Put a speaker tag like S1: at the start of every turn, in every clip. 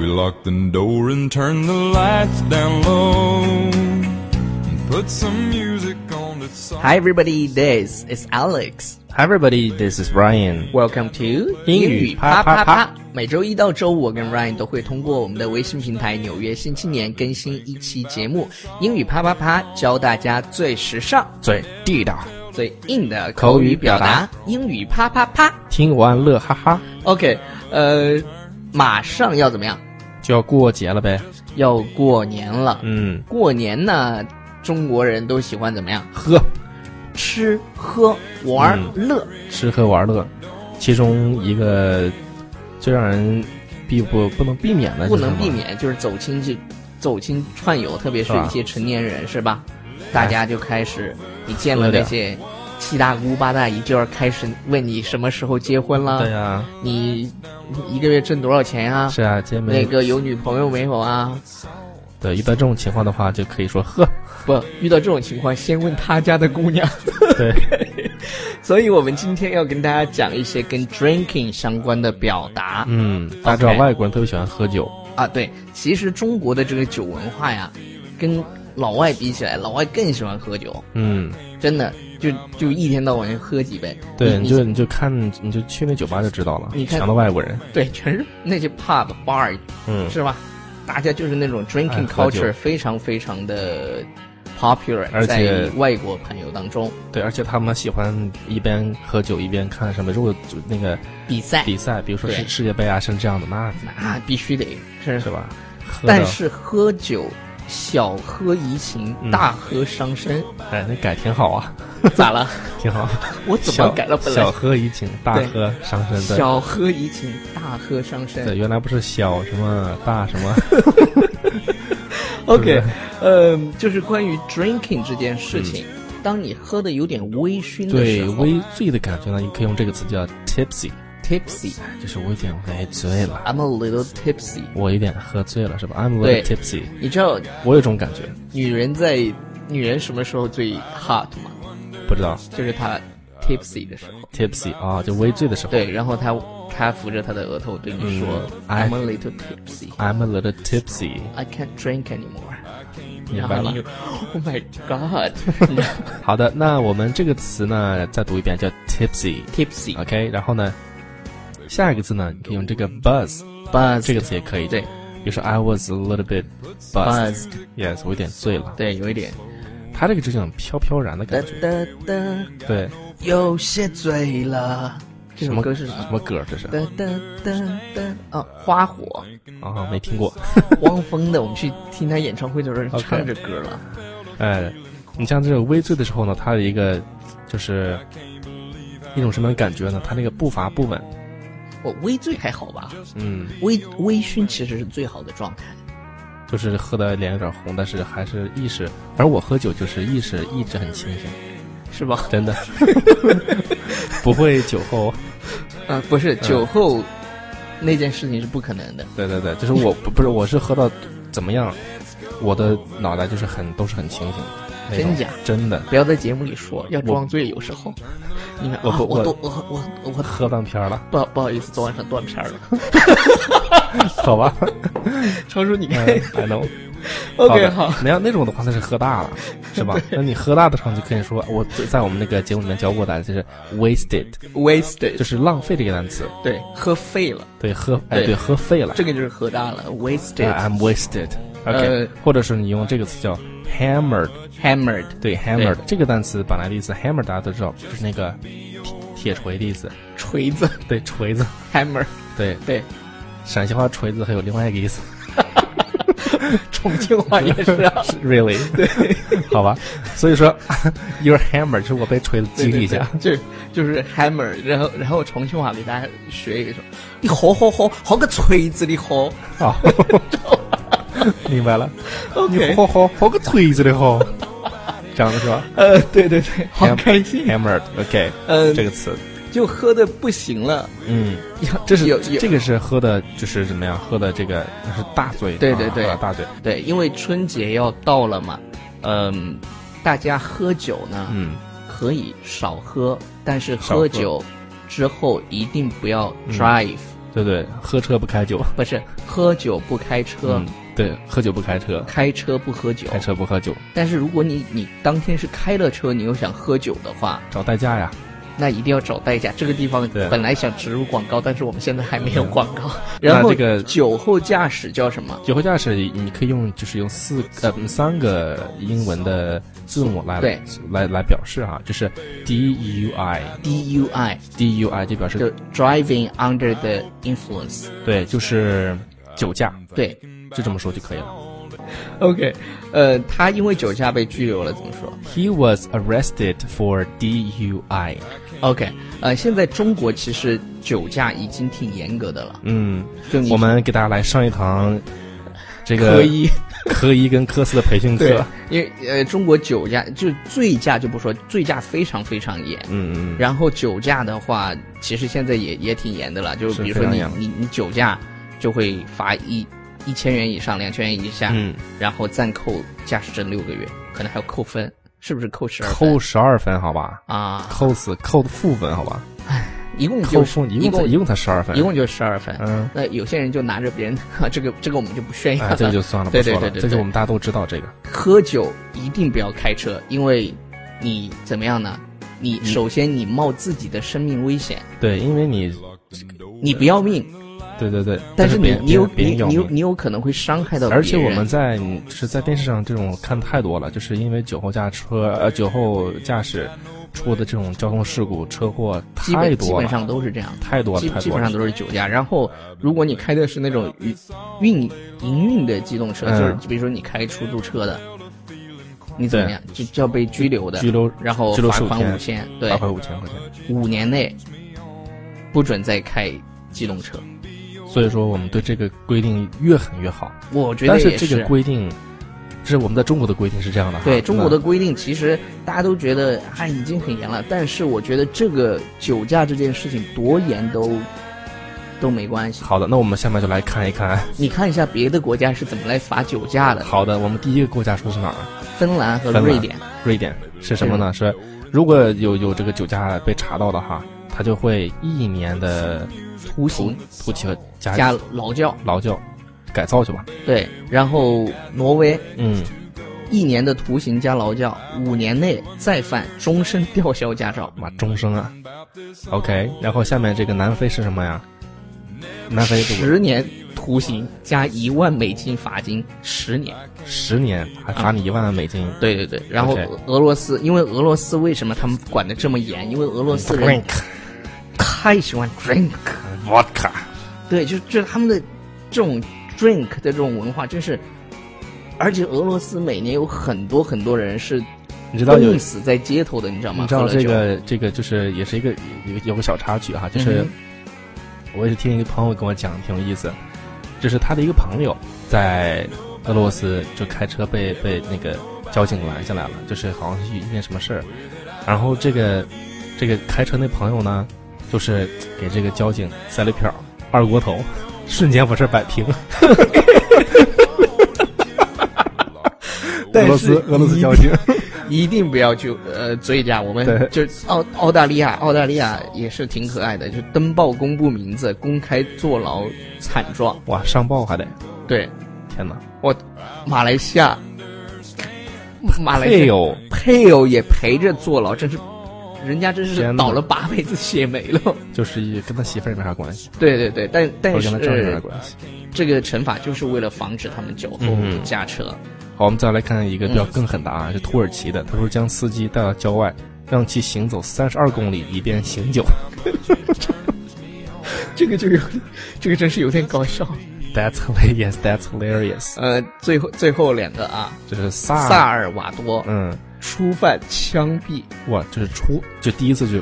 S1: lock the door and turn the lights down low. And put some music on that's soft.
S2: Hi, everybody. This is Alex.
S3: Hi everybody, this is Ryan.
S2: Welcome to
S3: 英语啪啪啪。
S2: 每周一到周五，我跟 Ryan 都会通过我们的微信平台《纽约新青年》更新一期节目《英语啪啪啪》，教大家最时尚、
S3: 最地道，
S2: 最硬的
S3: 口
S2: 口
S3: 语
S2: 语
S3: 表
S2: 表
S3: 达
S2: 达。英语啪啪啪。
S3: 听完乐哈哈，
S2: OK，呃，马上要怎么样？
S3: 就要过节了呗。
S2: 要过年了。
S3: 嗯，
S2: 过年呢，中国人都喜欢怎么样？
S3: 喝
S2: 吃喝玩儿乐。
S3: 吃喝玩乐，其中一个最让人避不不能避免的，
S2: 不能避。免就是走亲戚、走亲串友，特别是
S3: 是吧
S2: 一些成年人，是吧？大家就开始，你见了
S3: 喝
S2: 那
S3: 点
S2: 些七大姑八大姨，就要开始问你什么时候结婚啦
S3: 对，呀、
S2: 你一个月挣多少钱啊？
S3: 是啊，这没
S2: 那个有女朋友没有啊？
S3: 对，遇到这种情况的话，就可以说 喝。
S2: 不，遇到这种情况，先问他家的姑娘。
S3: 对，
S2: 所以我们今天要跟大家讲一些跟 drinking 相关的表达。
S3: 嗯，大家知道
S2: OK
S3: 外国人特别喜欢喝酒，
S2: 啊，对，其实中国的这个酒文化呀，跟老外比起来，老外更喜欢喝酒，
S3: 嗯，
S2: 真的就就一天到晚就喝几杯。
S3: 对，你
S2: 你
S3: 就你就看你就去那酒吧就知道了，
S2: 你看
S3: 全都外国人，
S2: 对，全是那些 pub bar
S3: 嗯，
S2: 是吧？大家就是那种
S3: 爱
S2: drinking
S3: 喝酒
S2: culture 非常非常的 popular，
S3: 而且
S2: 在外国朋友当中
S3: 对，而且他们喜欢一边喝酒一边看什么，如果就那个
S2: 比赛
S3: 比赛，比如说
S2: 对
S3: 世世界杯啊，像这样的，那
S2: 那必须得是
S3: 是吧？喝
S2: 但
S3: 的
S2: 是喝酒小喝怡情，
S3: 嗯
S2: 大喝伤身，
S3: 哎，那改挺好啊，
S2: 咋了？
S3: 挺好。
S2: 我怎么
S3: 小
S2: 改了？本
S3: 小
S2: 来
S3: 喝怡情，大
S2: 对
S3: 喝伤身。对，
S2: 小喝怡情，大喝伤身。
S3: 对，原来不是小什么大什 么，
S2: OK，呃，就是关于 drinking 这件事情，当你喝的有点微醺的时
S3: 嗯对
S2: 候
S3: 微醉的感觉呢，你可以用这个词叫 tipsy，
S2: ，tipsy。
S3: 就是我有点微醉了，
S2: I'm a little tipsy。
S3: 我有点喝醉了，是吧？I'm a
S2: 对
S3: little tipsy，
S2: 你知道
S3: 我有这种感觉，
S2: 女人在女人什么时候最 hot 吗？
S3: 不知道
S2: 就是她 tipsy 的时候。
S3: tipsy 啊，就微醉的时候。
S2: 对，然后她她扶着她的额头对你说、
S3: 哎
S2: i m a little tipsy。
S3: I'm a little tipsy，
S2: I can't drink anymore。
S3: 明
S2: 然
S3: 白
S2: 后
S3: 了
S2: 你。就 Oh my God
S3: 好的，那我们这个词呢，再读一遍，叫 tipsy，OK、
S2: tipsy
S3: 然后呢，下一个字呢，你可以用这个 buzz，
S2: buzz
S3: 这个词也可以。
S2: 对
S3: 比如说 I was a little bit buzzed，yes，
S2: buzz
S3: 我有点醉了。
S2: 对有一点
S3: 它这个就这种飘飘然的
S2: 哒
S3: 感觉。
S2: 哒哒
S3: 对，
S2: 有些醉了。这首歌是什
S3: 什
S2: 么？
S3: 么歌？这是
S2: 哒哒哒哒啊，花火，
S3: 啊，没听过。
S2: 汪峰的，我们去听他演唱会的时候
S3: OK
S2: 唱这歌了。
S3: 哎，你像这种微醉的时候呢，它的一个就是一种什么样的感觉呢？它那个步伐不稳。
S2: 我微醉还好吧，
S3: 嗯，
S2: 微微醺其实是最好的状态。
S3: 就是喝的脸有点红，但是还是意识。而我喝酒就是意识一直很清醒，
S2: 是吧？
S3: 真的， 不会酒后。哦
S2: 嗯、 不是，酒后那件事情是不可能的。
S3: 对对对，就是我不不是我是喝到怎么样，我的脑袋就是很都是很清醒的那种
S2: 真假？
S3: 真的
S2: 不要在节目里说，要装醉。有时候，你们
S3: 我
S2: 啊，
S3: 不
S2: 我
S3: 我
S2: 都我我我我
S3: 喝断片儿了，
S2: 不好不好意思，昨晚上断片了。
S3: 好吧
S2: 超叔，你看、
S3: 嗯？I know。
S2: OK
S3: 的
S2: 好，
S3: 那要那种的话，那是 喝大了，是吧？那你喝大的时候，你就可以说，我在我们那个节目里面教过大家，就是 wasted，
S2: ，wasted
S3: 就是浪费这个单词。
S2: 对，喝废了，
S3: 对，喝，哎，
S2: 对
S3: 对，喝废了。
S2: 这个就是喝大了
S3: 对
S2: ，wasted，hammered，
S3: ，I'm wasted。OK，
S2: 呃
S3: 或者是你用这个词叫 hammered，对，hammered 这个单词本来的意思，hammer 大家都知道，就是那个铁铁锤的意思，
S2: 锤子
S3: 对，锤子，
S2: ，hammer，
S3: 对，
S2: 对，
S3: 陕西话锤子还有另外一个意思
S2: 重庆话也是啊。
S3: 是，really，对， 好吧，所以说，your hammer 就是我被锤子击了一下，
S2: 对，对就就是 hammer，然后然后重庆话给大家学一个说，你好好好好个锤子的好
S3: 啊，明白了，你
S2: ，OK，
S3: 好好好个锤子的好，这样子是吧
S2: 呃，对对对，好开心，
S3: ？hammered，OK，
S2: 呃，
S3: 这个词，
S2: 就喝的不行了，
S3: 嗯，
S2: 要
S3: 这是
S2: 有有
S3: 这个是喝的，就是怎么样，喝的这个是大醉，
S2: 对对
S3: 啊
S2: 对
S3: 喝了大醉，
S2: 对，因为春节要到了嘛，嗯、大家喝酒呢、
S3: 嗯，
S2: 可以少喝，但是
S3: 少喝
S2: 喝酒之后一定不要 drive，、
S3: 对对，喝车不开酒，
S2: 不是喝酒不开车，
S3: 嗯，对，喝酒不开车，
S2: 开车不喝酒。
S3: 开车不喝酒，
S2: 但是如果你你当天是开了车，你又想喝酒的话，
S3: 找代驾呀。
S2: 那一定要找代驾。这个地方
S3: 对啊嗯
S2: 本来想植入广告，但是我们现在还没有广告。然后
S3: 那这个
S2: 酒后驾驶叫什么？
S3: 酒后驾驶，你可以用就是用四呃嗯三个英文的字母来
S2: 对
S3: 来来表示哈，就是 DUI
S2: DUI，
S3: DUI 就表
S2: 就
S3: 示
S2: Driving Under the Influence。
S3: 对，就是酒驾，
S2: 对
S3: 就这么说就可以了。
S2: ，OK，呃，他因为酒驾被拘留了，怎么说
S3: He was arrested for DUI。
S2: ？OK，呃，现在中国其实酒驾已经挺严格的了。
S3: 嗯，
S2: 就你
S3: 我们给大家来上一堂这个
S2: 科一，
S3: 科一跟科四的培训
S2: 对
S3: 课。，
S2: 因为呃，中国酒驾就醉驾就不说，醉驾非常非常严。
S3: 嗯嗯
S2: 然后酒驾的话，其实现在也也挺严的了，就是比如说
S3: 非常
S2: 你
S3: 严
S2: 你你酒驾就会罚一一千元以上两千元以下，
S3: 嗯，
S2: 然后暂扣驾驶证六个月，可能还要扣分，是不是扣十二？
S3: 扣十二分好吧，
S2: 啊，
S3: 扣死扣负分好吧，
S2: 一共
S3: 扣
S2: 就
S3: 负一
S2: 一
S3: 共才
S2: 共
S3: 一共才十二分
S2: 一。共就十二分。
S3: 嗯，
S2: 那有些人就拿着别人的， 这个这个我们就不炫耀
S3: 哎，
S2: 了。
S3: 这个就算了，不
S2: 对对
S3: 说了，
S2: 对对
S3: 这个
S2: 对
S3: 我们大家都知道这个。
S2: 喝酒一定不要开车，因为你怎么样呢？你首先你冒自己的生命危险，
S3: 对，因为你，
S2: 你不要命，
S3: 对对对，
S2: 但是
S3: 别
S2: 你
S3: 人
S2: 你有
S3: 别
S2: 你
S3: 人要
S2: 你有
S3: 命
S2: 你有可能会伤害到别人。
S3: 而且我们在就是在电视上这种看太多了，就是因为酒后驾车呃酒后驾驶出的这种交通事故车祸
S2: 基
S3: 太
S2: 本基
S3: 多
S2: 本
S3: 了，
S2: 上都是这样，
S3: 太多了
S2: 基
S3: 太
S2: 基
S3: 多
S2: 本
S3: 了呃
S2: 上。都是酒驾。然后，如果你开的是那种运运营运的机动车，
S3: 嗯
S2: 就是比如说你开出租车的，你怎么样就就要被拘留的，
S3: 拘留
S2: 然后
S3: 拘留
S2: 罚
S3: 15
S2: 款
S3: 天
S2: 五千，对
S3: 罚，款五千块钱，
S2: 五年内不准再开机动车。
S3: 所以说我们对这个规定越狠越好。
S2: 我觉
S3: 但
S2: 得也
S3: 这个规定，是我们在中国的规定是这样的哈。
S2: 对中国的
S3: 那
S2: 规定，其实大家都觉得啊已经很严了，但是我觉得这个酒驾这件事情多严都都没关系。
S3: 好的，那我们下面就来看一看。
S2: 你看一下别的国家是怎么来罚酒驾的，
S3: 好的，我们第一个国家说是哪儿？
S2: 芬兰和
S3: 芬兰
S2: 瑞典。
S3: 瑞典是什么
S2: 嗯
S3: 呢？是如果有有这个酒驾被查到的哈，他就会一年的
S2: 徒刑
S3: 徒刑和加
S2: 加劳教，
S3: 劳教改造去吧。
S2: 对，然后挪威
S3: 嗯，
S2: 一年的徒刑加劳教，五年内再犯终身吊销驾照。
S3: 妈终生啊。OK，然后下面这个南非是什么呀？南非是
S2: 十年徒刑加一万美金罚金，十啊年。
S3: 十年还罚你一万美金。
S2: 对对对，然后
S3: OK
S2: 俄罗斯，因为俄罗斯为什么他们管得这么严？因为俄罗斯人太喜欢 drink，
S3: vodka，
S2: 对，就是就是他们的这种 drink 的这种文化，真是，而且俄罗斯每年有很多很多人是
S3: 你知道有
S2: 冻死在街头的，你知道吗？
S3: 你知道
S2: 喝了
S3: 这
S2: 酒
S3: 个这个就是也是一个有有个小插曲哈，就是、
S2: 嗯
S3: 我也是听一个朋友跟我讲挺有意思，就是他的一个朋友在俄罗斯就开车被被那个交警拦下来了，就是好像是遇见什么事儿，然后这个这个开车那朋友呢，就是给这个交警塞了一瓢二锅头，瞬间把事儿摆平。俄罗斯俄罗斯交警，
S2: 一定不要去呃醉驾。我们
S3: 对
S2: 就澳澳大利亚，澳大利亚也是挺可爱的，就登报公布名字，公开坐牢惨状。
S3: 哇，上报还得，
S2: 对，
S3: 天哪！
S2: 我马来西 亚，马来西
S3: 配
S2: 亚
S3: 偶
S2: 配偶也陪着坐牢，真是。人家真是
S3: 天哪
S2: 倒了八辈子血霉 了，
S3: 就是一跟他媳妇儿也没啥关系，
S2: 对对对，但
S3: 或
S2: 但
S3: 者跟他丈人没啥
S2: 是呃
S3: 关系。
S2: 这个惩罚就是为了防止他们酒后
S3: 嗯
S2: 驾车。
S3: 好，我们再来看一个
S2: 嗯
S3: 比较更狠的啊，是土耳其的，他说将司机带到郊外，让其行走三十二公里以便醒酒。
S2: 这个就有， 这个真是有点搞笑。
S3: That's hilarious. That's hilarious.
S2: 呃，最后最后两个啊，
S3: 这是萨
S2: 萨尔瓦多，
S3: 嗯，
S2: 初犯枪毙，
S3: 哇，这是出就第一次就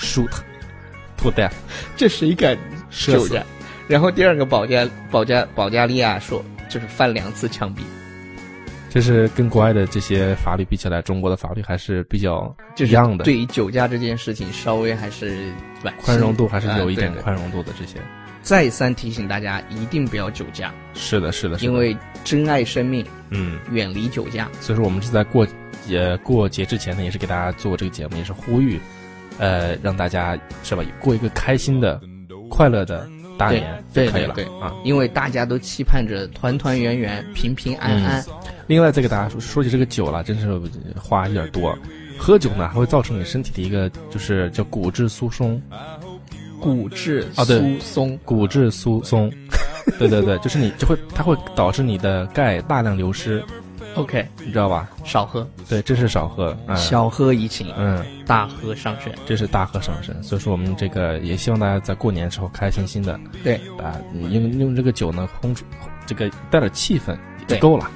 S3: shoot to death，
S2: 这谁敢
S3: 射
S2: 救
S3: 死
S2: 驾？然后第二个保加保加保加利亚说，就是犯两次枪毙，
S3: 这是跟国外的这些法律比起来，中国的法律还是比较
S2: 就是
S3: 一样的，
S2: 对于酒驾这件事情，稍微还是对吧
S3: 宽容度还是有一点
S2: 啊对对
S3: 宽容度的。这些
S2: 再三提醒大家，一定不要酒驾，
S3: 是的，是的，是的
S2: 因为珍爱生命，
S3: 嗯。
S2: 远离酒驾。
S3: 所以说我们是在过也过节之前呢，也是给大家做这个节目，也是呼吁，呃，让大家是吧过一个开心的、快乐的、大年就
S2: 对
S3: 可以
S2: 对
S3: 了
S2: 对
S3: 啊。
S2: 因为大家都期盼着团团圆圆、平平安安。
S3: 另外再给大家说，说起这个酒了，真是话有点多。喝酒呢，还会造成你身体的一个，就是叫骨质疏松，
S2: 骨质
S3: 啊对
S2: 疏松，
S3: 骨质疏松。 对对对，就是你就会，它会导致你的钙大量流失，
S2: OK，
S3: 你知道吧？
S2: 少喝，
S3: 对，真是少喝，嗯
S2: 小喝怡情，
S3: 嗯，
S2: 大喝伤身。
S3: 真是大喝伤身。所以说，我们这个也希望大家在过年的时候开开心心的
S2: 对，
S3: 啊，用用这个酒呢烘出这个带点气氛就
S2: 对
S3: 够了。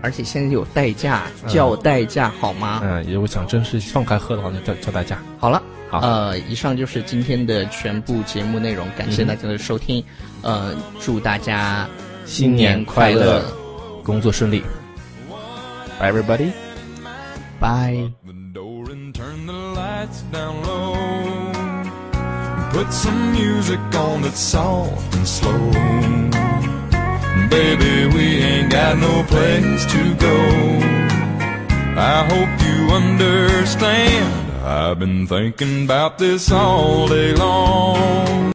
S2: 而且现在有代驾，叫代驾好吗？
S3: 嗯，如果想真是放开喝的话，就叫叫大家。
S2: 好了，
S3: 嗯好
S2: 呃，以上就是今天的全部节目内容，感
S3: 嗯
S2: 谢大家的收听，呃，祝大家
S3: 新
S2: 年
S3: 年快
S2: 乐
S3: 乐，工作顺利。Bye everybody.
S2: 拜。
S1: the door and turn the lights down low. Put some music on that's soft and slow. Baby, we ain't got no place to go. I hope you understand. I've been thinking about this all day long.